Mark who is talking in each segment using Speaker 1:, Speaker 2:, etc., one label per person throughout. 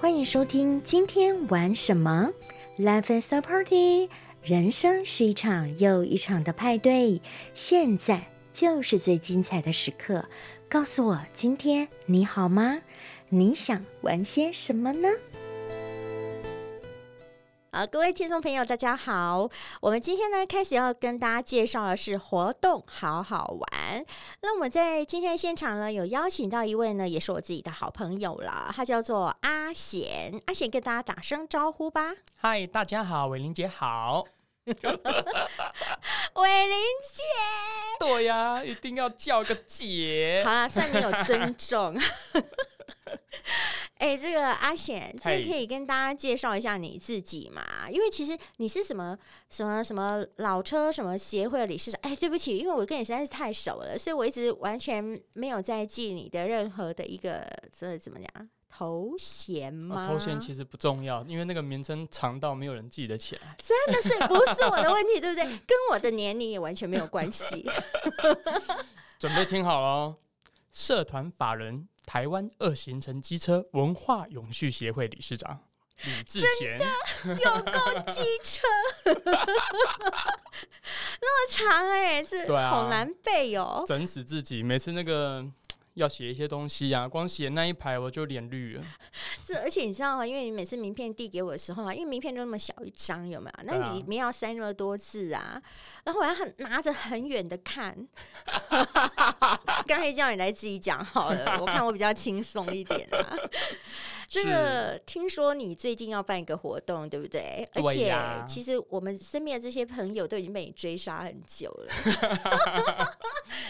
Speaker 1: 欢迎收听今天玩什么？Life is a party，人生是一场又一场的派对，现在就是最精彩的时刻。告诉我，今天你好吗？你想玩些什么呢？
Speaker 2: 呃，各位听众朋友，大家好。我们今天呢，开始要跟大家介绍的是活动好好玩。那我们在今天现场呢，有邀请到一位呢，也是我自己的好朋友了，他叫做阿贤。阿贤跟大家打声招呼吧。
Speaker 3: 嗨，大家好，伟玲姐好。
Speaker 2: 伟玲姐，
Speaker 3: 对呀、一定要叫个姐
Speaker 2: 好。啦，算你有尊重。哎、这个阿显，这
Speaker 3: 嘿
Speaker 2: 个可以跟大家介绍一下你自己嘛？因为其实你是什么什么什么老车什么协会理事长？哎、对不起，因为我跟你实在是太熟了，所以我一直完全没有在记你的任何的一个这怎么讲头衔吗？
Speaker 3: 哦头衔其实不重要，因为那个名称长到没有人记得起来。
Speaker 2: 真的是不是我的问题，对不对？ 跟我的年龄也完全没有关 系。
Speaker 3: 准备听好喽，社团法人台湾二行程机车文化永续协会理事长李志贤。
Speaker 2: 有够机车， 那么长哎、这
Speaker 3: 对啊
Speaker 2: 好难背哦。
Speaker 3: 整死自己，每次那个要写一些东西啊，光写那一排我就脸绿了。
Speaker 2: 这而且你知道啊吗？因为你每次名片递给我的时候啊，因为名片就那么小一张，有没有？
Speaker 3: 对
Speaker 2: 那
Speaker 3: 啊
Speaker 2: 你里面要塞那么多字啊，然后我要很拿着很远的 看。干脆叫你来自己讲好了， 我看我比较轻松一点啊。这个听说你最近要办一个活动，对不对？而
Speaker 3: 对
Speaker 2: 且
Speaker 3: 呀
Speaker 2: 其实我们身边的这些朋友都已经被你追杀很久了。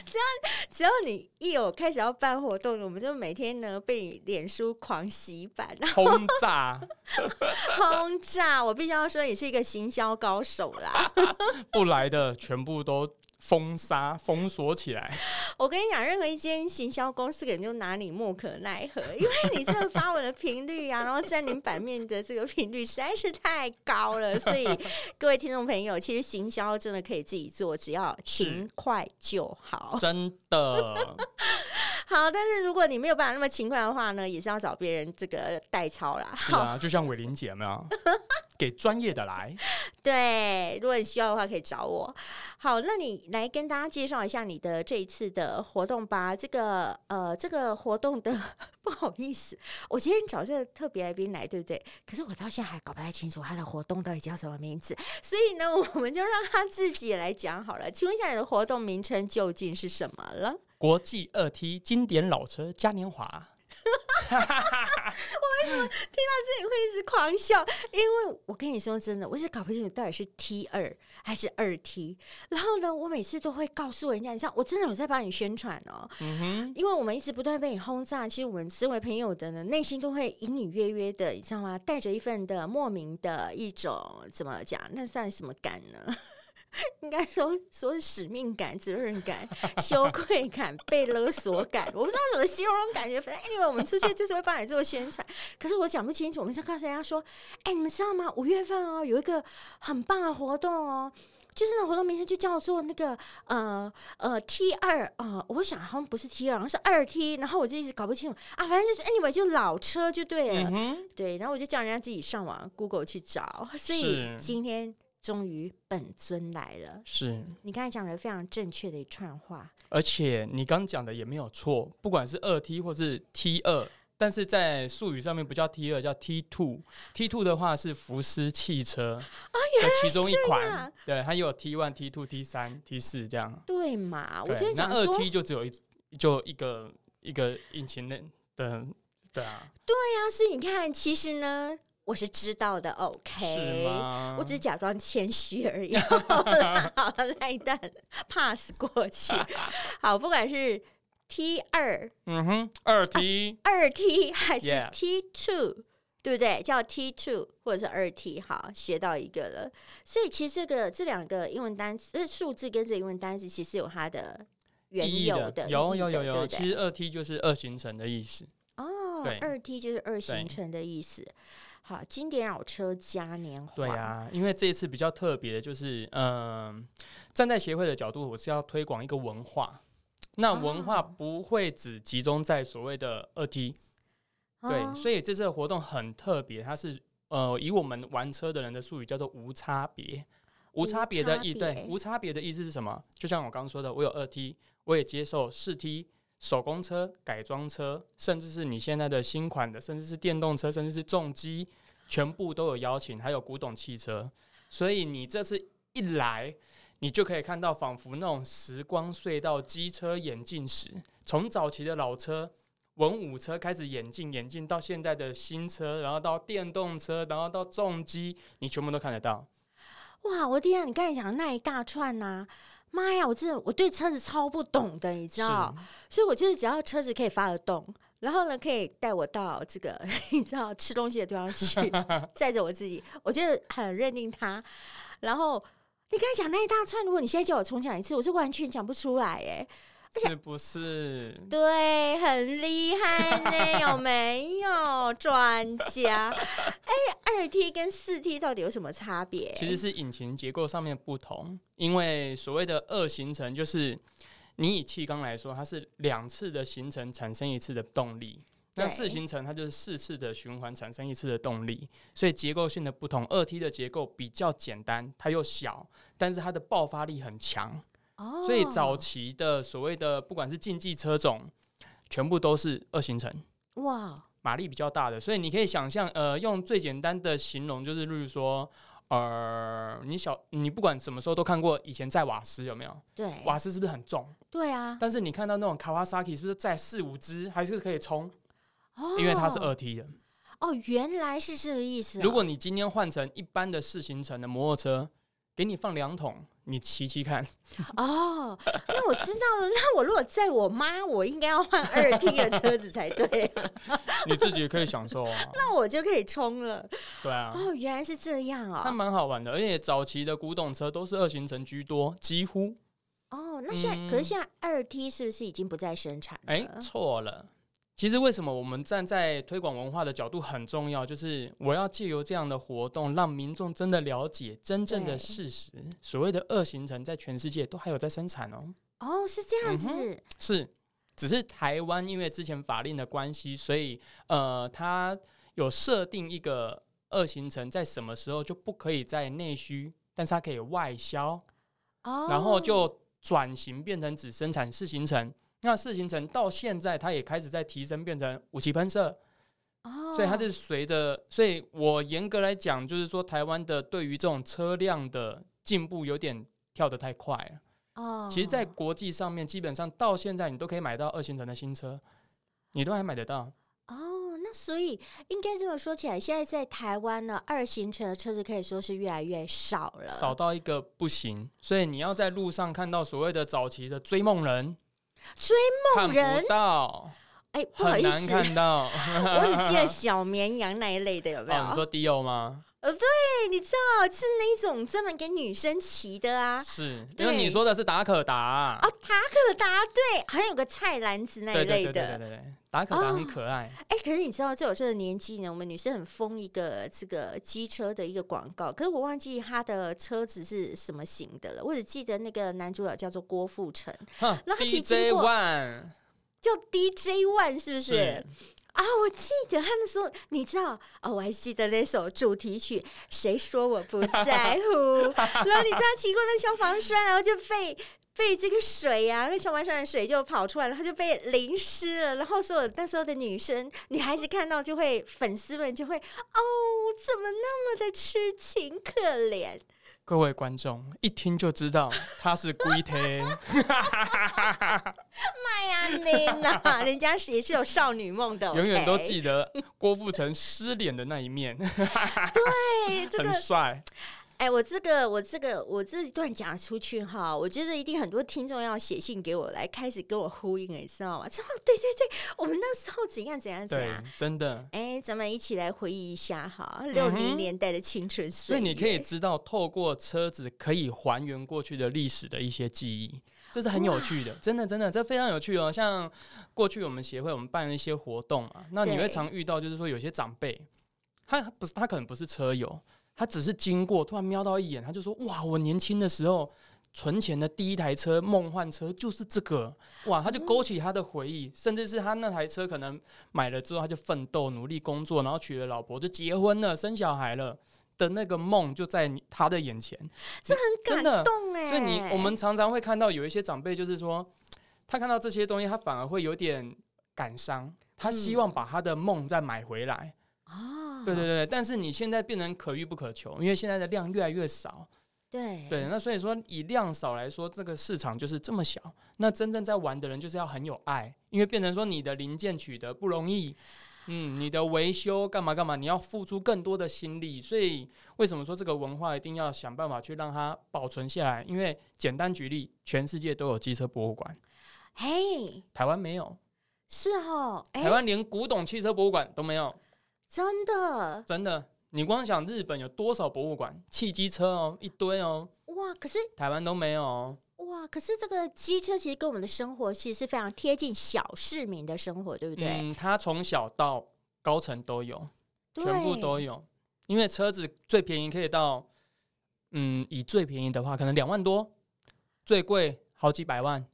Speaker 2: 只要只要你一有开始要办活动，我们就每天呢被你脸书狂洗版，
Speaker 3: 轰炸，
Speaker 2: 轰炸！我必须要说，你是一个行销高手啦。
Speaker 3: 不来的全部都封杀、封锁起来。
Speaker 2: 我跟你讲，任何一间行销公司可能就拿你莫可奈何，因为你这个发文的频率啊，然后占领版面的这个频率实在是太高了。所以各位听众朋友，其实行销真的可以自己做，只要勤快就好。
Speaker 3: 真的，
Speaker 2: 好，但是如果你没有办法那么勤快的话呢，也是要找别人这个代操啦。
Speaker 3: 是啊，就像伟玲姐有没有？ 给专业的来，
Speaker 2: 对，如果你需要的话，可以找我。好，那你来跟大家介绍一下你的这一次的活动吧。这个呃，这个活动的 不好意思，我今天找这个特别来宾来，对不对？可是我到现在还搞不太清楚他的活动到底叫什么名字，所以呢，我们就让他自己来讲好了。请问一下，你的活动名称究竟是什么了？
Speaker 3: 国际二 T 经典老车嘉年华。
Speaker 2: 这里会一直狂笑，因为我跟你说真的，我是搞不清楚到底是 T 二还是二 T。然后呢，我每次都会告诉人家，你知道，我真的有在帮你宣传哦，
Speaker 3: 嗯
Speaker 2: 因为我们一直不断被你轰炸，其实我们身为朋友的呢，内心都会隐隐约约的，你知道吗？带着一份的莫名的一种怎么讲，那算什么感呢？应该说说是使命感、责任感、 羞愧感、被勒索感，我不知道怎么形容感觉。反正 anyway，我们出去就是会帮你做宣传，可是我讲不清楚。我们就告诉人家说，哎、你们知道吗？五月份哦，有一个很棒的活动哦，就是那活动名称就叫做那个呃呃 T 二呃，我想好像不是 T 二，好像是二 T，然后我就一直搞不清楚啊，反正就是 anyway 就老车就对了，
Speaker 3: 哼，嗯哼，
Speaker 2: 对，然后我就叫人家自己上网 Google 去找，所以
Speaker 3: 是
Speaker 2: 今天终于本尊来了。
Speaker 3: 是。
Speaker 2: 你刚才讲的非常正确的一串话，
Speaker 3: 而且你刚讲的也没有错，不管是二 T 或是 T 二，但是在术语上面不叫 T 二，叫 T two。T two 的话是福斯汽车的其中一款，
Speaker 2: 啊
Speaker 3: 对，它有 T one、T two、T 三、T 四这样。
Speaker 2: 对嘛？哦我
Speaker 3: 对
Speaker 2: 就会讲
Speaker 3: 那二
Speaker 2: 说，
Speaker 3: T 就只有一就一个一个引擎的的，对啊，
Speaker 2: 那所以你看，其实呢，我是知道的
Speaker 3: 是
Speaker 2: ，OK。
Speaker 3: 吗？
Speaker 2: 我只是假装谦虚而 已。好啦，好啦那一段 pass 过 去。好，不管是 T 二、
Speaker 3: 嗯哼，二 T
Speaker 2: 二 T 还是
Speaker 3: Yeah
Speaker 2: T two，对不对？叫 T two 或者是二 T，好，学到一个了。所以其实这个这两个英文单词，呃，数字跟这个英文单词其实有它的
Speaker 3: 意
Speaker 2: 呃原
Speaker 3: 义
Speaker 2: 有
Speaker 3: 的
Speaker 2: 的，
Speaker 3: 有
Speaker 2: 意义
Speaker 3: 有
Speaker 2: 的
Speaker 3: 有有，
Speaker 2: 对不
Speaker 3: 其
Speaker 2: 对？
Speaker 3: 实二 T 就是二行程的意思。
Speaker 2: 哦
Speaker 3: 对，
Speaker 2: 二 T 就是二行
Speaker 3: 对
Speaker 2: 程的意思。好，经典老车嘉年华，
Speaker 3: 对呀、因为这一次比较特别的就是，嗯、站在协会的角度，我是要推广一个文化。那文化
Speaker 2: 哦
Speaker 3: 不会只集中在所谓的二 T，、对，
Speaker 2: 哦
Speaker 3: 所以这次的活动很特别，它是呃以我们玩车的人的术语叫做无差别。无差别的意
Speaker 2: 无差别
Speaker 3: 对，无差别的意思是什么？就像我刚刚说的，我有二 T，我也接受四 T、手工车、改装车，甚至是你现在的新款的，甚至是电动车，甚至是重机，全部都有邀请，还有古董汽车。所以你这次一来，你就可以看到仿佛那种时光隧道机车演进史，从早期的老车。文武车开始演进，演进到现在的新车，然后到电动车，然后到重机，你全部都看得到。
Speaker 2: 哇，我的天、啊，你刚才讲的那一大串呐、妈呀，我真的我对车子超不懂的，你知道，所以我就是只要车子可以发得动，然后呢可以带我到这个 你知道吃东西的地方 去，载着我自己，我觉得很认定它。然后你刚才讲那一大串，如果你现在叫我重讲一次，我是完全讲不出来哎。
Speaker 3: 是是不是？
Speaker 2: 对，很厉害呢，有没有专家？哎，二 T 跟四 T 到底有什么差别？
Speaker 3: 其实是引擎结构上面不同，因为所谓的二行程就是你以气缸来说，它是两次的行程产生一次的动力。那
Speaker 2: 对
Speaker 3: 四行程它就是四次的循环产生一次的动力，所以结构性的不同。二 T 的结构比较简单，它又小，但是它的爆发力很强。
Speaker 2: 哦
Speaker 3: 所以早期的所谓的不管是竞技车种，全部都是二行程，
Speaker 2: 哇，
Speaker 3: 马力比较大的。所以你可以想象，呃，用最简单的形容就是，例如说，呃，你小你不管什么时候都看过以前载瓦斯有没有？
Speaker 2: 对，
Speaker 3: 瓦斯是不是很重？
Speaker 2: 对啊，
Speaker 3: 但是你看到那种卡瓦萨 i 是不是载四五只还是可以冲？
Speaker 2: 哦，
Speaker 3: 因为它是二 T 的。
Speaker 2: 哦，原来是这个意思啊、
Speaker 3: 如果你今天换成一般的四行程的摩托车，给你放两桶，你骑骑看。
Speaker 2: 哦，那我知道了。那我如果载我妈，我应该要换二 T 的车子才对啊、
Speaker 3: 你自己也可以享受啊，
Speaker 2: 那我就可以冲了。
Speaker 3: 对 啊。
Speaker 2: 哦，原来是这样
Speaker 3: 它
Speaker 2: 哦。
Speaker 3: 蛮好玩的，而且早期的古董车都是二行程居多，几乎
Speaker 2: 哦，那现在、可是现在二 T 是不是已经不再生产了？
Speaker 3: 嗯哎错了。其实为什么我们站在推广文化的角度很重要，就是我要借由这样的活动，让民众真的了解真正
Speaker 2: 对
Speaker 3: 的事实。所谓的二行程，在全世界都还有在生产哦，
Speaker 2: 哦，是这样
Speaker 3: 嗯哼
Speaker 2: 子。
Speaker 3: 是，只是台湾因为之前法令的关系，所以呃，它有设定一个二行程在什么时候就不可以在内需，但是它可以外销。
Speaker 2: 哦，
Speaker 3: 然后就转型变成只生产四行程。那四行程到现在，它也开始在提升，变成武器喷射，
Speaker 2: 哦，
Speaker 3: 所以它是随着，所以我严格来讲，就是说台湾的对于这种车辆的进步有点跳得太快了。
Speaker 2: 哦，
Speaker 3: 其实，在国际上面，基本上到现在你都可以买到二行程的新车，你都还买得到。
Speaker 2: 哦，那所以应该这么说起来，现在在台湾呢，二行程的车子可以说是越来越少了。
Speaker 3: 少到一个不行，所以你要在路上看到所谓的早期的追梦人，
Speaker 2: 追
Speaker 3: 看
Speaker 2: 梦人
Speaker 3: 不到，
Speaker 2: 哎，不好
Speaker 3: 很
Speaker 2: 意
Speaker 3: 难
Speaker 2: 思，
Speaker 3: 看到。
Speaker 2: 我只 记得小绵羊那一类的，有没有？
Speaker 3: 哦，你说 Dio 吗？
Speaker 2: 哎你知道是那种专门给女生骑的啊？
Speaker 3: 是，
Speaker 2: 对
Speaker 3: 因为你说的是达可达、
Speaker 2: 哦，塔可达对，还有个菜篮子那一
Speaker 3: 对对
Speaker 2: 类
Speaker 3: 对对对
Speaker 2: 的。
Speaker 3: 对对，达可达很可爱，
Speaker 2: 哎、可是你知道，在我这个年纪呢，我们女生很疯一个这个机车的一个广告，可是我忘记它的车子是什么型的了。我只记得那个男主角叫做郭富城，
Speaker 3: 哼
Speaker 2: 然哦后他骑
Speaker 3: DJ
Speaker 2: 经过
Speaker 3: One
Speaker 2: 叫 DJ One 是不
Speaker 3: 是
Speaker 2: 啊，我记得他那时候，你知道哦，我还记得那首主题曲《谁说我不 在乎》，然后你知道骑过那消防栓，然后就被被这个水啊，那消防栓的水就跑出来了，他就被淋湿了。然后所有那时候的女生、女孩子看到就会，粉丝们就会哦，怎么那么的痴情可怜？
Speaker 3: 各位观众一听就知道他是龟天，
Speaker 2: 哎呀，你呐， 人家是也是有少女梦的，
Speaker 3: 永远都
Speaker 2: OK
Speaker 3: 记得郭富城失脸的那一面，
Speaker 2: 哎这
Speaker 3: 很
Speaker 2: 个
Speaker 3: 帅。
Speaker 2: 哎、我这个，我这个，我这一段讲出去哈，我觉得一定很多听众要写信给我，来开始跟我呼应了，你知道吗？ 说对对对，我们那时候怎样怎样怎
Speaker 3: 对
Speaker 2: 样。，
Speaker 3: 真的。
Speaker 2: 哎、咱们一起来回忆一下哈，六
Speaker 3: 嗯
Speaker 2: 零
Speaker 3: 哼
Speaker 2: 年代的青春
Speaker 3: 所
Speaker 2: 岁
Speaker 3: 以
Speaker 2: 月。
Speaker 3: 你可以知道，透过车子可以还原过去的历史的一些记忆，这是很有趣的，真的真的，这非常有趣哦。像过去我们协会我们办了一些活动嘛，那你
Speaker 2: 对
Speaker 3: 会常遇到，就是说有些长辈，他不是他可能不是车友，他只是经过，突然瞄到一眼，他就说：“哇，我年轻的时候存钱的第一台车、梦幻车就是这个，哇，
Speaker 2: 嗯
Speaker 3: 他就勾起他的回忆，甚至是他那台车可能买了之后，他就奋斗、努力工作，然后娶了老婆，就结婚了、生小孩了的那个梦就在你他的眼前。
Speaker 2: 这很
Speaker 3: 真的
Speaker 2: 感动哎、
Speaker 3: 所以你我们常常会看到有一些长辈，就是说他看到这些东西，他反而会有点感伤，他希望把他的梦再买回来。
Speaker 2: 嗯哦，
Speaker 3: 对对对，但是你现在变成可遇不可求，因为现在的量越来越少。
Speaker 2: 对
Speaker 3: 对，那所以说以量少来说，这个市场就是这么小。那真正在玩的人就是要很有爱，因为变成说你的零件取得不容易，嗯，你的维修干嘛干嘛，你要付出更多的心力。所以为什么说这个文化一定要想办法去让它保存下来？因为简单举例，全世界都有机车博物馆，
Speaker 2: 嘿，
Speaker 3: 台湾没有，
Speaker 2: 是哦，哎、
Speaker 3: 台湾连古董汽车博物馆都没有，
Speaker 2: 真的
Speaker 3: 真的。你光想日本有多少博物馆，汽机车哦，一堆哦，
Speaker 2: 哇，可是
Speaker 3: 台湾都没有哦。
Speaker 2: 哇，可是这个机车其实跟我们的生活其实是非常贴近小市民的生活，对不对？
Speaker 3: 嗯，它从小到高层都有，
Speaker 2: 对，
Speaker 3: 全部都有。因为车子最便宜可以到，嗯，以最便宜的话，可能两万多，最贵好几百万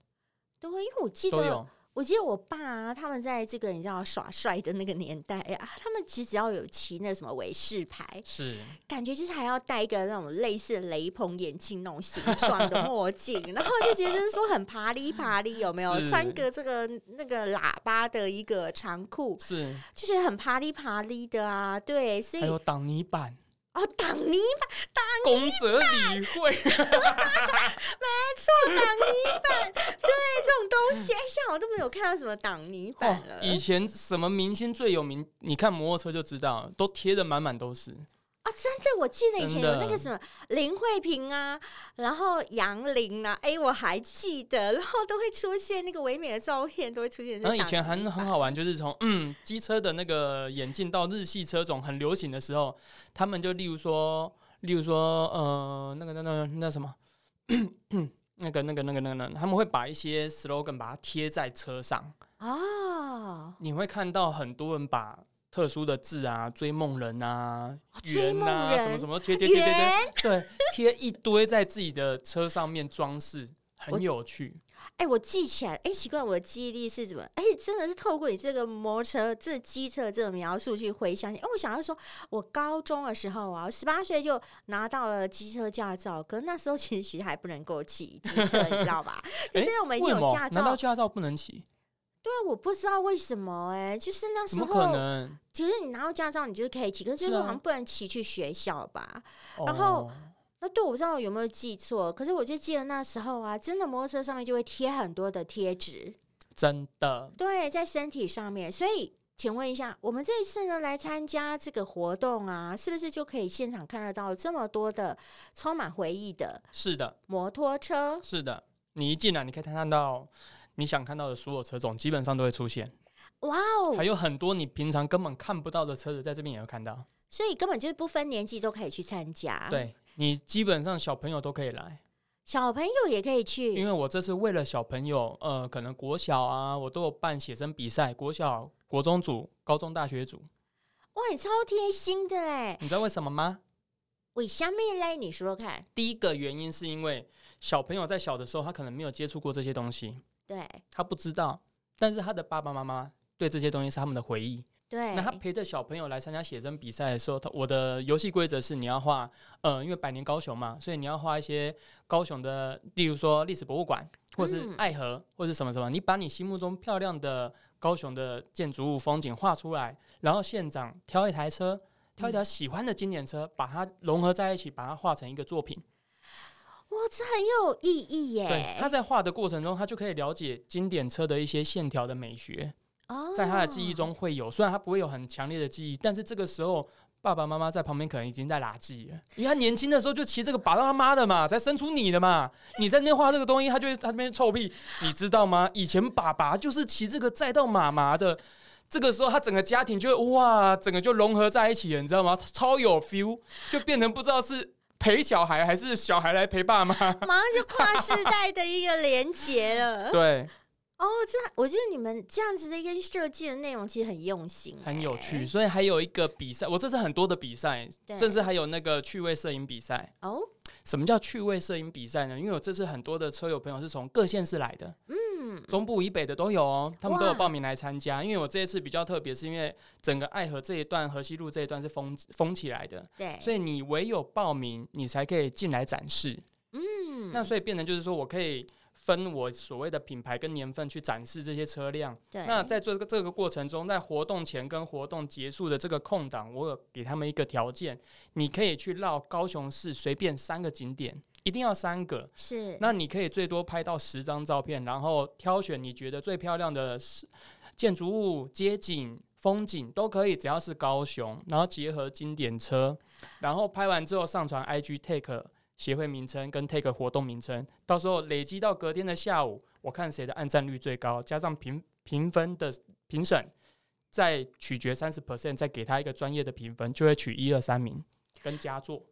Speaker 2: 对，因为我记
Speaker 3: 都
Speaker 2: 得
Speaker 3: 有。
Speaker 2: 我记得我爸、啊、他们在这个你知道耍帅的那个年代啊，他们其实只要有骑那什么维士牌，
Speaker 3: 是，
Speaker 2: 感觉就是还要戴一个那种类似雷朋眼镜那种形状的墨镜，然后就觉得说很爬哩爬哩，有没有？
Speaker 3: 是
Speaker 2: 穿个这个那个喇叭的一个长裤，
Speaker 3: 是，
Speaker 2: 就觉得很爬哩爬哩的啊。对，所以
Speaker 3: 还有挡泥板、
Speaker 2: 哦，挡泥
Speaker 3: 宫泽理 惠，
Speaker 2: 板，挡泥板，对这种东西，哎，像我都没有看到什么挡泥板了
Speaker 3: 哦。以前什么明星最有名？你看摩托车就知道了，都贴的满满都是。
Speaker 2: 啊，真的，我记得以前
Speaker 3: 真
Speaker 2: 有
Speaker 3: 的
Speaker 2: 那个什么林慧萍啊，然后杨林啊，哎、我还记得，然后都会出现那个唯美的照片，都会出现这
Speaker 3: 然
Speaker 2: 档
Speaker 3: 后
Speaker 2: 案
Speaker 3: 以
Speaker 2: 吧。
Speaker 3: 前很很好玩，就是从嗯机车的那个眼镜到日系车种很流行的时候，他们就例如说，例如说呃那个那那那什么，那个那个那个那个那个，他们会把一些 slogan 把它贴在车上，
Speaker 2: 哦，
Speaker 3: 你会看到很多人把特殊的字啊，追梦人啊，
Speaker 2: 哦追
Speaker 3: 圆
Speaker 2: 梦
Speaker 3: 啊什么
Speaker 2: 人
Speaker 3: 什么贴贴贴贴贴，对，贴一堆在自己的车上面装饰，
Speaker 2: 我
Speaker 3: 很有趣。
Speaker 2: 哎、我记起来，哎、奇怪，我的记忆力是怎么？哎、真的是透过你这个摩托车、这机车这个描述去回想起。哎、我想要说，我高中的时候啊，十八岁就拿到了机车驾照，可是那时候其实还不能够骑机车，你知道 吧？可
Speaker 3: 哎
Speaker 2: 是我们已
Speaker 3: 为
Speaker 2: 经
Speaker 3: 什
Speaker 2: 有
Speaker 3: 么
Speaker 2: 驾？
Speaker 3: 难道
Speaker 2: 照，
Speaker 3: 驾照不能骑？
Speaker 2: 对，啊我不知道为什么、哎，就是那
Speaker 3: 怎
Speaker 2: 时
Speaker 3: 么可
Speaker 2: 候，
Speaker 3: 能？
Speaker 2: 其实你拿到驾照，你就可以骑，可是
Speaker 3: 是
Speaker 2: 那时候
Speaker 3: 啊
Speaker 2: 好像不能骑去学校吧？然后
Speaker 3: 哦
Speaker 2: 那对我不知道有没有记错，可是我就记得那时候啊，真的摩托车上面就会贴很多的贴纸，
Speaker 3: 真的
Speaker 2: 对，在身体上面。所以，请问一下，我们这一次呢来参加这个活动啊，是不是就可以现场看得到这么多的充满回忆的
Speaker 3: 是的，
Speaker 2: 摩托车？
Speaker 3: 是的，你一进来，你可以看到你想看到的所有车种，基本上都会出现，
Speaker 2: 哇
Speaker 3: 还
Speaker 2: 哦！
Speaker 3: 有很多你平常根本看不到的车子，在这边也会看到。
Speaker 2: 所以根本就是不分年纪都可以去参加，，
Speaker 3: 对你基本上小朋友都可以来，
Speaker 2: 小朋友也可以去
Speaker 3: 因为我这次为了小朋友，呃，可能国小啊，我都有办写生比赛，国小、国中组、高中、大学组，
Speaker 2: 哇，你超贴心的哎！
Speaker 3: 你知道为什么吗？
Speaker 2: 为什么嘞？你说说看，
Speaker 3: 第一个原因是因为小朋友在小的时候，他可能没有接触过这些东西，
Speaker 2: 对
Speaker 3: 他不知道，但是他的爸爸妈妈对这些东西是他们的回忆。
Speaker 2: 对，
Speaker 3: 那他陪着小朋友来参加写真比赛的时候，他我的游戏规则是你要画，呃，因为百年高雄嘛，所以你要画一些高雄的，例如说历史博物馆，或是
Speaker 2: 嗯
Speaker 3: 爱河，或是什么什么，你把你心目中漂亮的高雄的建筑物风景画出来，然后现场挑一台车，
Speaker 2: 嗯
Speaker 3: 挑一条喜欢的经典车，把它融合在一起，把它画成一个作品。
Speaker 2: 哇，这很有意义
Speaker 3: 对，
Speaker 2: 耶！
Speaker 3: 他在画的过程中，他就可以了解经典车的一些线条的美学。
Speaker 2: 哦
Speaker 3: 在他的记忆中会有，虽然他不会有很强烈的记忆，但是这个时候爸爸妈妈在旁边可能已经在拉记了，因为他年轻的时候就骑这个把到他妈的嘛，才生出你的嘛，你在那边画这个东西，他就会他那边臭屁，你知道吗？以前爸爸就是骑这个载到妈妈的。这个时候，他整个家庭就会哇，整个就融合在一起了，你知道吗？超有 feel，就变成不知道是陪小孩还是小孩来陪爸妈。
Speaker 2: 马上就跨世代的一个连结了。
Speaker 3: 对，
Speaker 2: 哦，这我觉得你们这样子的一个设计的内容其实很用心、
Speaker 3: 很有趣。
Speaker 2: 哎
Speaker 3: 所以还有一个比赛，我这次很多的比赛，
Speaker 2: 对
Speaker 3: 甚至还有那个趣味摄影比赛。
Speaker 2: 哦。
Speaker 3: 什么叫趣味摄影比赛呢？因为我这次很多的车友朋友是从各县市来的，嗯，中部以北的都有哦，他们都有
Speaker 2: 哇
Speaker 3: 报名来参加。因为我这一次比较特别，是因为整个爱河这一段、河西路这一段是封封起来的，
Speaker 2: 对，
Speaker 3: 所以你唯有报名，你才可以进来展示。
Speaker 2: 嗯，
Speaker 3: 那所以变成就是说我可以分我所谓的品牌跟年份去展示这些车辆。
Speaker 2: 对，
Speaker 3: 那在做这个这个过程中，在活动前跟活动结束的这个空档，我有给他们一个条件，你可以去绕高雄市随便三个景点，一定要三个。
Speaker 2: 是
Speaker 3: 那你可以最多拍到十张照片，然后挑选你觉得最漂亮的建筑物、街景、风景都可以，只要是高雄，然后结合经典车，然后拍完之后上传 IG take 协会名称跟 take 活动名称，到时候累积到隔天的下午，我看谁的按赞率最高，加上评评分的评审，再取决三十 percent，再给他一个专业的评分，就会取一二三名跟佳作。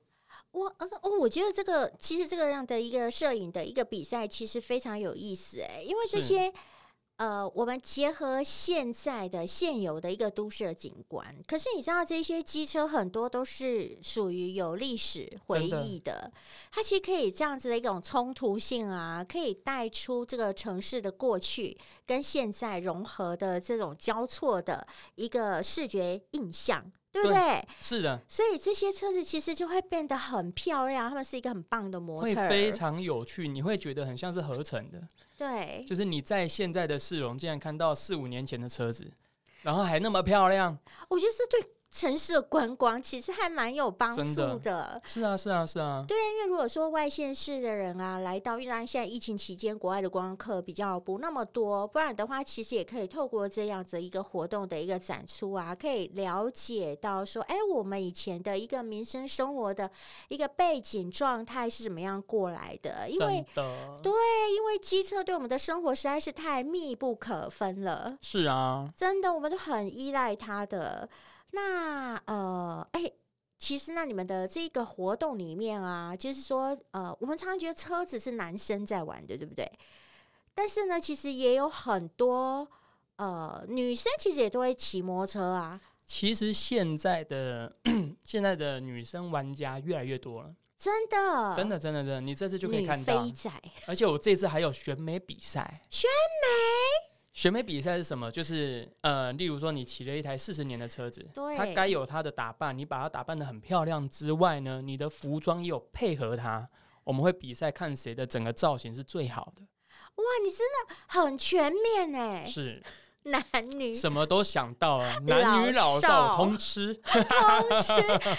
Speaker 2: 我呃哦，我觉得这个其实这个样的一个摄影的一个比赛，其实非常有意思哎，因为这
Speaker 3: 是
Speaker 2: 些呃，我们结合现在的现有的一个都市的景观，可是你知道这些机车很多都是属于有历史回
Speaker 3: 真的
Speaker 2: 忆的，它其实可以这样子的一种冲突性啊，可以带出这个城市的过去跟现在融合的这种交错的一个视觉印象，对不
Speaker 3: 对
Speaker 2: 对
Speaker 3: 是的，
Speaker 2: 所以这些车子其实就会变得很漂亮，他们是一个很棒的模
Speaker 3: 会
Speaker 2: 特儿，
Speaker 3: 非常有趣，你会觉得很像是合成的。
Speaker 2: 对，
Speaker 3: 就是你在现在的市容，竟然看到四五年前的车子，然后还那么漂亮。
Speaker 2: 我觉得这对城市的观光其实还蛮有帮
Speaker 3: 真
Speaker 2: 助
Speaker 3: 的
Speaker 2: 的。
Speaker 3: 是啊，是啊，是啊，
Speaker 2: 对，因为如果说外县市的人啊来到，因为现在疫情期间国外的观光客比较不那么多，不然的话，其实也可以透过这样子一个活动的一个展出啊，可以了解到说，哎，我们以前的一个民生生活的一个背景状态是怎么样过来的，因为
Speaker 3: 真的，
Speaker 2: 对因为机车对我们的生活实在是太密不可分了，
Speaker 3: 是啊，
Speaker 2: 真的，我们都很依赖它的。那呃，哎、其实那你们的这个活动里面啊，就是说，呃，我们常常觉得车子是男生在玩的，对不对？但是呢，其实也有很多呃女生其实也都会骑摩托车啊，
Speaker 3: 其实现在的 现在的女生玩家越来越多了，
Speaker 2: 真的，
Speaker 3: 真的，真的，真的，你这次就可以
Speaker 2: 啊女
Speaker 3: 看到
Speaker 2: 飞。仔
Speaker 3: 而且我这次还有选美比赛，
Speaker 2: 选
Speaker 3: 美，选美比赛是什么？就是呃，例如说你骑了一台四十年的车子，
Speaker 2: 对
Speaker 3: 它该有它的打扮，你把它打扮的很漂亮之外呢，你的服装也有配合它。我们会比赛看谁的整个造型是最好的。
Speaker 2: 哇，你真的很全面哎、
Speaker 3: 是
Speaker 2: 男女
Speaker 3: 什么都想到 了，男女
Speaker 2: 老
Speaker 3: 老少
Speaker 2: 少
Speaker 3: 通吃，
Speaker 2: 通吃，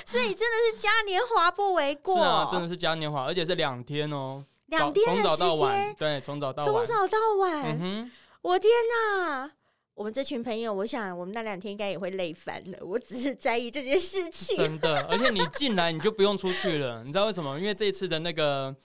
Speaker 2: 所以真的是嘉年华不为 过。
Speaker 3: 是啊，真的是嘉年华，而且是两天哦，
Speaker 2: 两
Speaker 3: 早
Speaker 2: 天
Speaker 3: 从
Speaker 2: 的
Speaker 3: 早到
Speaker 2: 时
Speaker 3: 晚，
Speaker 2: 间，
Speaker 3: 对，从早到
Speaker 2: 从
Speaker 3: 晚，
Speaker 2: 早到晚，
Speaker 3: 嗯哼，
Speaker 2: 我天哪！我们这群朋友，我想我们那两天应该也会累翻了。我只是在意这件事情，
Speaker 3: 真的，而且你进来你就不用出去了，你知道为什么？因为这次的那个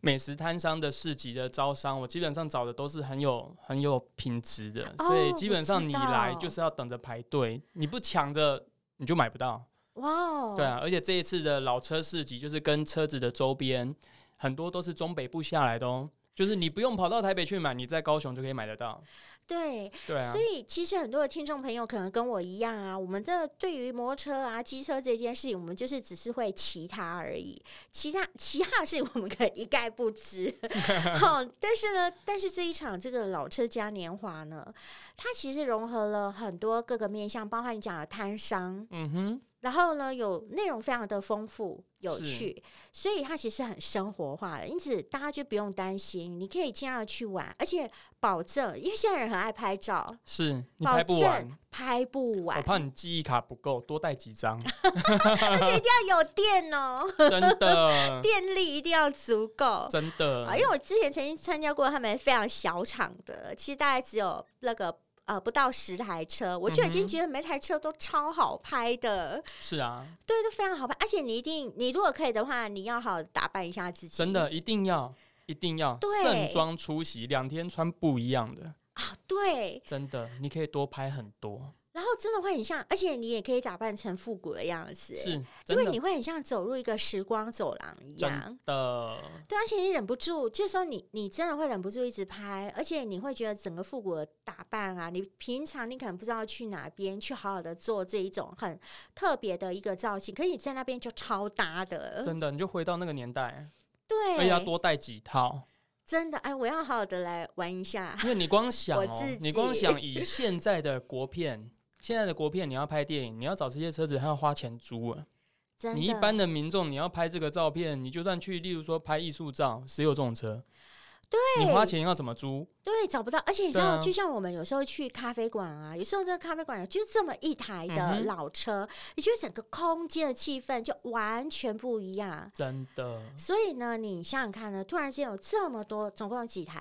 Speaker 3: 美食摊商的市集的招商，我基本上找的都是很有很有品质的，
Speaker 2: 哦
Speaker 3: 所以基本
Speaker 2: 我
Speaker 3: 上
Speaker 2: 知
Speaker 3: 你
Speaker 2: 道
Speaker 3: 来就是要等着排队，你不抢着你就买不到。
Speaker 2: 哇哦！
Speaker 3: 对啊，而且这一次的老车市集就是跟车子的周边很多都是中北部下来的哦，就是你不用跑到台北去买，你在高雄就可以买得到。
Speaker 2: 对
Speaker 3: 对啊
Speaker 2: 所，以其实很多的听众朋友可能跟我一样啊，我们这对于摩托车啊、机车这件事情，我们就是只是会骑它而已，其他其他的事情我们可能一概不 知。好、但是呢，但是这一场这个老车嘉年华呢，它其实融合了很多各个面向，包括你讲的摊商，
Speaker 3: 嗯哼，
Speaker 2: 然后呢，有内容非常的丰富有
Speaker 3: 是
Speaker 2: 趣，所以它其实很生活化的，因此大家就不用担心，你可以尽量地去玩，而且保证，因为现在人很爱拍照，
Speaker 3: 是你
Speaker 2: 保
Speaker 3: 拍不完
Speaker 2: 证，拍不完
Speaker 3: 我，怕你记忆卡不够，多带 几张，
Speaker 2: 而且一定要有电哦，
Speaker 3: 真的，
Speaker 2: 电力一定要足够。
Speaker 3: 真的
Speaker 2: 啊，，因为我之前曾经参加过他们非常小场的，其实大概只有那个呃不到十台车，我就已
Speaker 3: 嗯
Speaker 2: 经
Speaker 3: 哼
Speaker 2: 觉得每台车都超好拍的，
Speaker 3: 是啊，
Speaker 2: 对，都非常好拍。而且你一定，你如果可以的话，你要好好打扮一下自己，
Speaker 3: 真的一定要一定要
Speaker 2: 对
Speaker 3: 盛装出席，两天穿不一样的，
Speaker 2: 啊，对，
Speaker 3: 真的，你可以多拍很多。
Speaker 2: 然后真的会很像，而且你也可以打扮成复古的样子，
Speaker 3: 是，
Speaker 2: 因
Speaker 3: 真
Speaker 2: 为
Speaker 3: 的
Speaker 2: 你会很像走入一个时光走廊一样
Speaker 3: 真。的
Speaker 2: 对，而且你忍不住，这时候你你真的会忍不住一直拍，而且你会觉得整个复古的打扮啊，你平常你可能不知道去哪边去好好的做这一种很特别的一个造型，可是你在那边就超搭的，
Speaker 3: 真的，你就回到那个年代，所以要
Speaker 2: 对，
Speaker 3: 多带几套，
Speaker 2: 真的哎，我要好好的来玩一下，
Speaker 3: 因为你光 想
Speaker 2: 我
Speaker 3: 哦
Speaker 2: 自，
Speaker 3: 你光
Speaker 2: 己
Speaker 3: 想以现在的国片。现在的国片，你要拍电影，你要找这些车子，还要花钱租啊！
Speaker 2: 真的。
Speaker 3: 你一般的民众，你要拍这个照片，你就算去，例如说拍艺术照，谁有这种车？对你花钱要怎么租？
Speaker 2: 对，找不到，而且你知
Speaker 3: 对
Speaker 2: 道，
Speaker 3: 啊
Speaker 2: 就像我们有时候去咖啡馆啊，有时候这个咖啡馆就这么一台
Speaker 3: 嗯
Speaker 2: 的
Speaker 3: 哼
Speaker 2: 老车，你觉得整个空间的气氛就完全不一样。
Speaker 3: 真的，
Speaker 2: 所以呢，你想想看呢，突然间有这么多，总共有几台？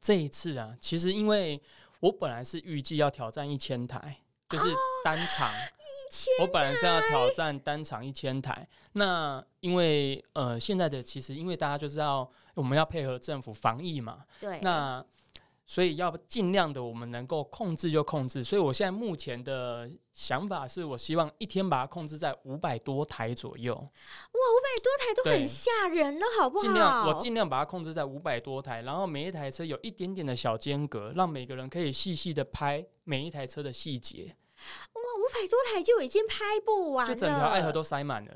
Speaker 3: 这一次啊，其实因为我本来是预计要挑战一千台，就是单场。哦我本来是要挑战单场一千台，那因为呃，现在的其实因为大家就知道我们要配合政府防疫嘛，
Speaker 2: 对，
Speaker 3: 那所以要尽量的我们能够控制就控制。所以我现在目前的想法是我希望一天把它控制在五百多台左右，
Speaker 2: 多台都很
Speaker 3: 对
Speaker 2: 吓人了，好不好？
Speaker 3: 尽量我尽量把它控制在五百多台，然后每一台车有一点点的小间隔，让每个人可以细细的拍每一台车的细节，
Speaker 2: 哇，五百多台就已经拍不完
Speaker 3: 就
Speaker 2: 了，
Speaker 3: 整条爱河都塞满了。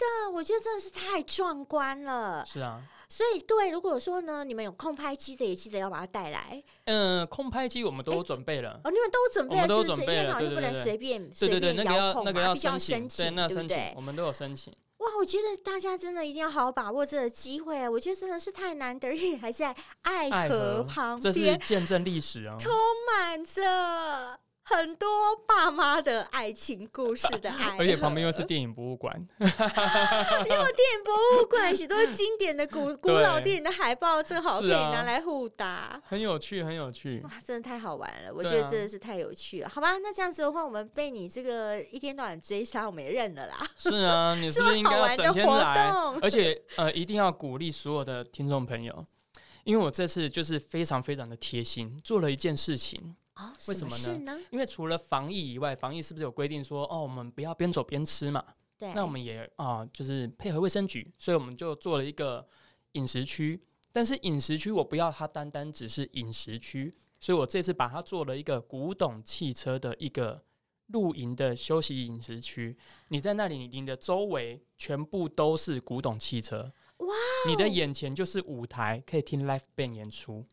Speaker 2: 那我觉得真的是太壮观了。
Speaker 3: 是啊，
Speaker 2: 所以各位，如果说呢，你们有空拍机的，也记得要把它带来
Speaker 3: 嗯、空拍机我们都有准备了。
Speaker 2: 哦。你们都准备
Speaker 3: 我
Speaker 2: 了，
Speaker 3: 们
Speaker 2: 是
Speaker 3: 都
Speaker 2: 不是？
Speaker 3: 有准
Speaker 2: 因
Speaker 3: 备
Speaker 2: 为
Speaker 3: 了
Speaker 2: 好像
Speaker 3: 对对
Speaker 2: 不能
Speaker 3: 对
Speaker 2: 随便
Speaker 3: 对对
Speaker 2: 随
Speaker 3: 对，
Speaker 2: 便
Speaker 3: 那个
Speaker 2: 遥
Speaker 3: 要
Speaker 2: 控
Speaker 3: 那个
Speaker 2: 嘛，必须
Speaker 3: 申
Speaker 2: 要
Speaker 3: 请，对，
Speaker 2: 请，
Speaker 3: 那要
Speaker 2: 对
Speaker 3: 申
Speaker 2: 不
Speaker 3: 请，
Speaker 2: 对？
Speaker 3: 我们都有申请。
Speaker 2: 哇，我觉得大家真的一定要好好把握这个机会啊！我觉得真的是太难得，而且还在爱
Speaker 3: 爱
Speaker 2: 河
Speaker 3: 河
Speaker 2: 旁
Speaker 3: 这是
Speaker 2: 边，
Speaker 3: 见证历史 啊！
Speaker 2: 充满着很多爸妈的爱情故事的爱河，
Speaker 3: 而且旁边又是电影博物馆，
Speaker 2: 电影博物馆，许多经典的 古古老电影的海报，正好可以
Speaker 3: 是啊
Speaker 2: 拿来互打。
Speaker 3: 很有趣，很有趣
Speaker 2: 哇。，真的太好玩了！我觉
Speaker 3: 对啊
Speaker 2: 得真的是太有趣了，好吧？那这样子的话，我们被你这个一天到晚追杀，我们也认了啦。
Speaker 3: 是啊，你是不是应该要整天
Speaker 2: 这么
Speaker 3: 来
Speaker 2: 好玩的活动？
Speaker 3: 而且呃，一定要鼓励所有的听众朋友，因为我这次就是非常非常的贴心，做了一件事情。
Speaker 2: 哦，
Speaker 3: 为什么呢
Speaker 2: 事呢？
Speaker 3: 因为除了防疫以外，防疫是不是有规定说，哦，我们不要边走边吃嘛？
Speaker 2: 对，
Speaker 3: 那我们也啊、就是配合卫生局，所以我们就做了一个饮食区。但是饮食区我不要它单单只是饮食区，所以我这次把它做了一个古董汽车的一个露营的休息饮食区。你在那里，你的周围全部都是古董汽车。
Speaker 2: 哇！哦
Speaker 3: 你的眼前就是舞台，可以听 l i f e band 演出。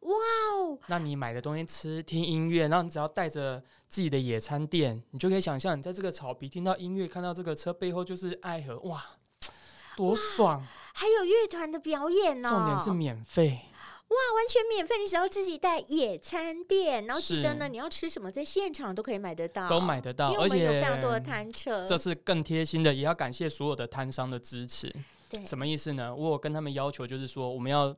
Speaker 2: 哇哦，
Speaker 3: 那你买的东西吃、听音乐，然后你只要带着自己的野餐垫，你就可以想象你在这个草皮听到音乐，看到这个车背后就是爱河，哇，多爽！
Speaker 2: 还有乐团的表演呢、
Speaker 3: 重点是免费，
Speaker 2: 完全免费，你只要自己带野餐垫，然后记得呢，
Speaker 3: 是
Speaker 2: 你要吃什么，在现场都可以买得到，
Speaker 3: 都买得到，
Speaker 2: 因为我
Speaker 3: 而
Speaker 2: 们有
Speaker 3: 且
Speaker 2: 非常多的摊车，
Speaker 3: 这次更贴心的，也要感谢所有的摊商的支持。
Speaker 2: 对，
Speaker 3: 什么意思呢？我有跟他们要求，就是说我们要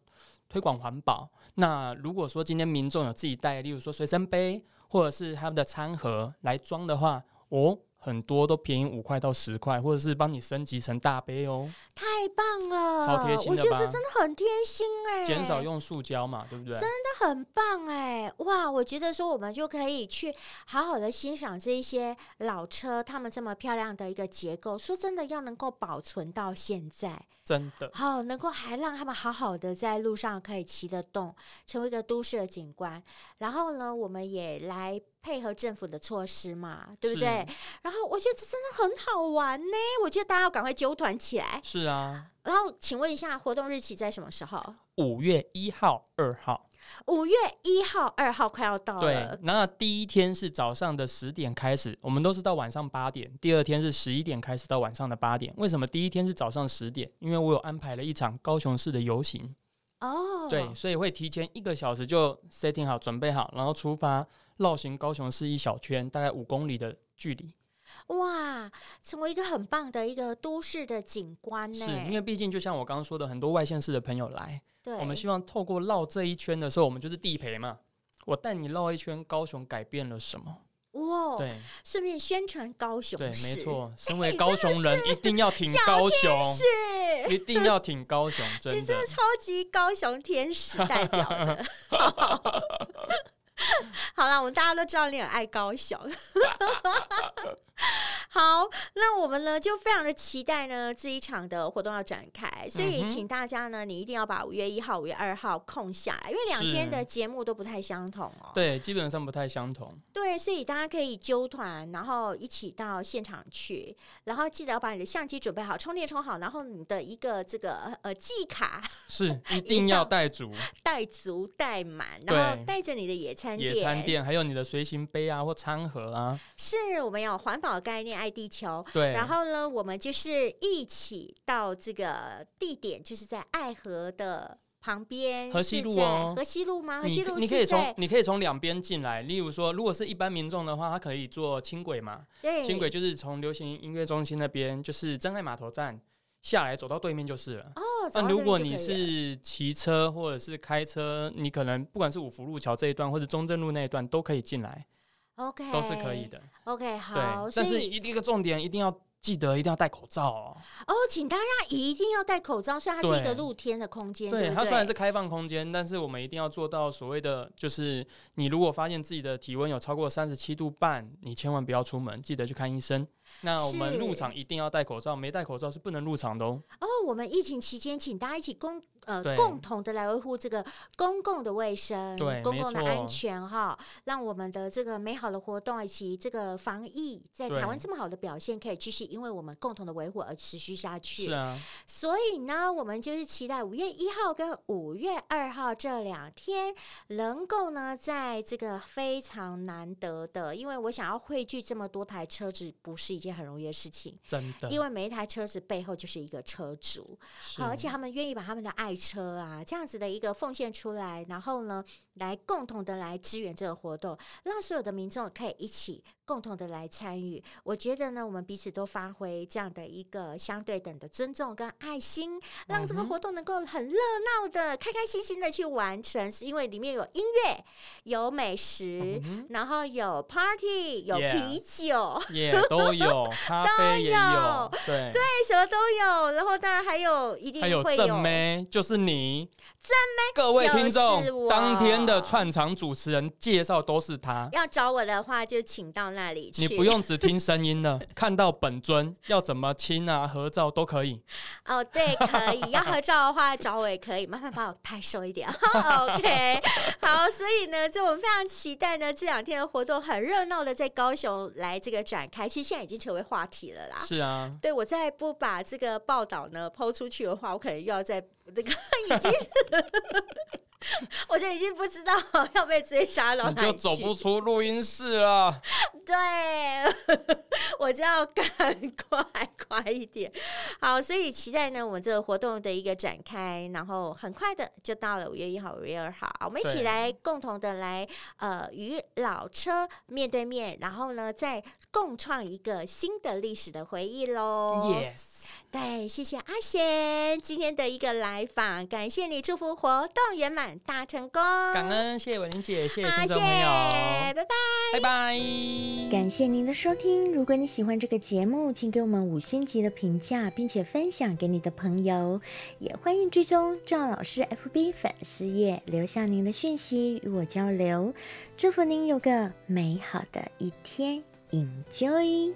Speaker 3: 推广环保。那如果说今天民众有自己带，例如说随身杯或者是他们的餐盒来装的话，哦，很多都便宜五块到十块，或者是帮你升级成大杯哦，
Speaker 2: 太棒了，
Speaker 3: 超贴心
Speaker 2: 哦嗯我
Speaker 3: 的
Speaker 2: 觉得
Speaker 3: 吧
Speaker 2: 这真的很贴心哎、
Speaker 3: 减少用塑胶嘛，对不对？
Speaker 2: 那很棒哎、哇！我觉得说我们就可以去好好的欣赏这一些老车，他们这么漂亮的一个结构。说真的，要能够保存到现在，
Speaker 3: 真的，
Speaker 2: 好、能够还让他们好好的在路上可以骑得动，成为一个都市的景观。然后呢，我们也来配合政府的措施嘛，对不
Speaker 3: 是
Speaker 2: 对？然后我觉得这真的很好玩呢，我觉得大家要赶快揪团起来。
Speaker 3: 是啊，
Speaker 2: 然后，请问一下，活动日期在什么时候？
Speaker 3: 五月一号、二号，
Speaker 2: 五月一号、二号快要到
Speaker 3: 对
Speaker 2: 了，，
Speaker 3: 那第一天是早上的十点开始，我们都是到晚上八点。第二天是十一点开始到晚上的八点。为什么第一天是早上十点？因为我有安排了一场高雄市的游行，
Speaker 2: 哦，
Speaker 3: 对，所以会提前一个小时就 setting 好、准备好，然后出发绕行高雄市一小圈，大概五公里的距离。
Speaker 2: 哇，成为一个很棒的一个都市的景观呢。
Speaker 3: 是因为毕竟就像我刚刚说的，很多外县市的朋友来，
Speaker 2: 对，
Speaker 3: 我们希望透过绕这一圈的时候，我们就是地陪嘛。我带你绕一圈，高雄改变了什么？
Speaker 2: 哇，
Speaker 3: 对。
Speaker 2: 顺便宣传高雄
Speaker 3: 对，没
Speaker 2: 市，
Speaker 3: 错，身
Speaker 2: 哎
Speaker 3: 为高雄人，一定要挺高雄，
Speaker 2: 是
Speaker 3: 一定要挺高雄，
Speaker 2: 你
Speaker 3: 真的
Speaker 2: 真的超级高雄天使代表的。好 好啦，我们大家都知道你很爱高雄。 好，那我们呢就非常的期待呢这一场的活动要展开，所以
Speaker 3: 嗯哼
Speaker 2: 请大家呢，你一定要把五月一号、五月二号空下来，因为两
Speaker 3: 是
Speaker 2: 天的节目都不太相同哦。
Speaker 3: 对，基本上不太相同。
Speaker 2: 对，所以大家可以揪团，然后一起到现场去，然后记得要把你的相机准备好，充电充好，然后你的一个这个呃记卡
Speaker 3: 是，一
Speaker 2: 定
Speaker 3: 定
Speaker 2: 哦
Speaker 3: 要
Speaker 2: 要
Speaker 3: 带足
Speaker 2: 带足带满，然后
Speaker 3: 对
Speaker 2: 带着你的野餐垫，
Speaker 3: 野餐垫，还有你的随行杯啊或餐盒啊。
Speaker 2: 是我们有环保概念，爱地球。
Speaker 3: 对，
Speaker 2: 然后呢，我们就是一起到这个地点，就是在爱河的旁边，
Speaker 3: 河西
Speaker 2: 是
Speaker 3: 路
Speaker 2: 在
Speaker 3: 哦
Speaker 2: 河西路吗？河
Speaker 3: 你
Speaker 2: 西路
Speaker 3: 你可
Speaker 2: 是
Speaker 3: 以从
Speaker 2: 在
Speaker 3: 你可以从两边进来，例如说，如果是一般民众的话，他可以坐轻轨嘛，
Speaker 2: 对
Speaker 3: 轻轨就是从流行音乐中心那边，就是真爱码头站下来，走到对面就是了。
Speaker 2: 哦，走
Speaker 3: 那
Speaker 2: 到
Speaker 3: 啊如
Speaker 2: 那边
Speaker 3: 果
Speaker 2: 就可
Speaker 3: 你
Speaker 2: 以了
Speaker 3: 是骑车或者是开车，你可能不管是五福路桥这一段，或者中正路那一段，都可以进来，
Speaker 2: OK
Speaker 3: 都是可以。的。
Speaker 2: OK，
Speaker 3: 对
Speaker 2: 好，，所
Speaker 3: 但是
Speaker 2: 以
Speaker 3: 一定一个重点，一定要记得一定要戴口罩哦。
Speaker 2: 哦，请大家一定要戴口罩，虽然它是一个
Speaker 3: 对
Speaker 2: 露天的空间，
Speaker 3: 对，
Speaker 2: 不
Speaker 3: 它虽然
Speaker 2: 对？
Speaker 3: 是开放空间，但是我们一定要做到所谓的，就是你如果发现自己的体温有超过三十七度半，你千万不要出门，记得去看医生。那我们入
Speaker 2: 是
Speaker 3: 场一定要戴口罩，没戴口罩是不能入场的哦。
Speaker 2: 哦，我们疫情期间，请大家一起共呃
Speaker 3: 对
Speaker 2: 共同的来维护这个公共的卫生，
Speaker 3: 对
Speaker 2: 公
Speaker 3: 没
Speaker 2: 共的安
Speaker 3: 错
Speaker 2: 全哈，让我们的这个美好的活动以及这个防疫在
Speaker 3: 对
Speaker 2: 台湾这么好的表现，可以继续因为我们共同的维护而持续下去。
Speaker 3: 是啊，
Speaker 2: 所以呢，我们就是期待五月一号跟五月二号这两天能够呢，在这个非常难得的，因为我想要汇聚这么多台车子，不是一件很容易的事情，
Speaker 3: 真的。
Speaker 2: 因为每一台车子背后就是一个车主，
Speaker 3: 是
Speaker 2: 好，而且他们愿意把他们的爱车啊这样子的一个奉献出来，然后呢，来共同的来支援这个活动，让所有的民众可以一起共同的来参与。我觉得呢，我们彼此都发挥这样的一个相对等的尊重跟爱心，让这个
Speaker 3: 嗯哼
Speaker 2: 活动能够很热闹的、开开心心的去完成，是因为里面有音乐、有美食，
Speaker 3: 嗯
Speaker 2: 然后有 party、有
Speaker 3: Yeah
Speaker 2: 啤酒。
Speaker 3: 哼也、都有， 咖啡也有
Speaker 2: 有，
Speaker 3: 对
Speaker 2: 哎什么都有，然后当然还有一定
Speaker 3: 还
Speaker 2: 会有
Speaker 3: 有正妹，就是你正妹，各位
Speaker 2: 就
Speaker 3: 听
Speaker 2: 是
Speaker 3: 众，
Speaker 2: 我
Speaker 3: 当天的串场主持人介绍都是他。
Speaker 2: 要找我的话，就请到那里去。
Speaker 3: 你不用只听声音了， 看到本尊要怎么亲啊、合照都可以。
Speaker 2: 哦，对，可 以。要合照的话，找我也可以，麻烦帮我拍瘦一点。OK，好。所以呢，就我们非常期待呢，这两天的活动很热闹的在高雄来这个展开，其实现在已经成为话题了啦。
Speaker 3: 是啊，
Speaker 2: 对我再不把这个报道呢抛出去的话，我可能又要在这 个已经是，我就已经不知道要被追杀到
Speaker 3: 你
Speaker 2: 哪里
Speaker 3: 就
Speaker 2: 去。
Speaker 3: 走不出录音室了。
Speaker 2: 对， 我就要赶快 快一点。好，所以期待呢，我们这个活动的一个展开，然后很快的就到了五月一号、五月二号，我们一起
Speaker 3: 对
Speaker 2: 来共同的来呃与老车面对面，然后呢再共创一个新的历史的回忆喽。
Speaker 3: Yes，
Speaker 2: 对，谢谢阿贤今天的一个来访，感谢你，祝福活动圆满大成功，
Speaker 3: 感恩谢谢伟玲姐，谢谢
Speaker 2: 阿贤，
Speaker 3: 听众朋
Speaker 2: 拜
Speaker 3: 友，
Speaker 2: 啊拜。
Speaker 3: 拜拜。
Speaker 1: 感谢您的收听。如果你喜欢这个节目，请给我们五星级的评价，并且分享给你的朋友。也欢迎追踪赵老师 FB 粉丝页，留下您的讯息与我交流。祝福您有个美好的一天，Enjoy。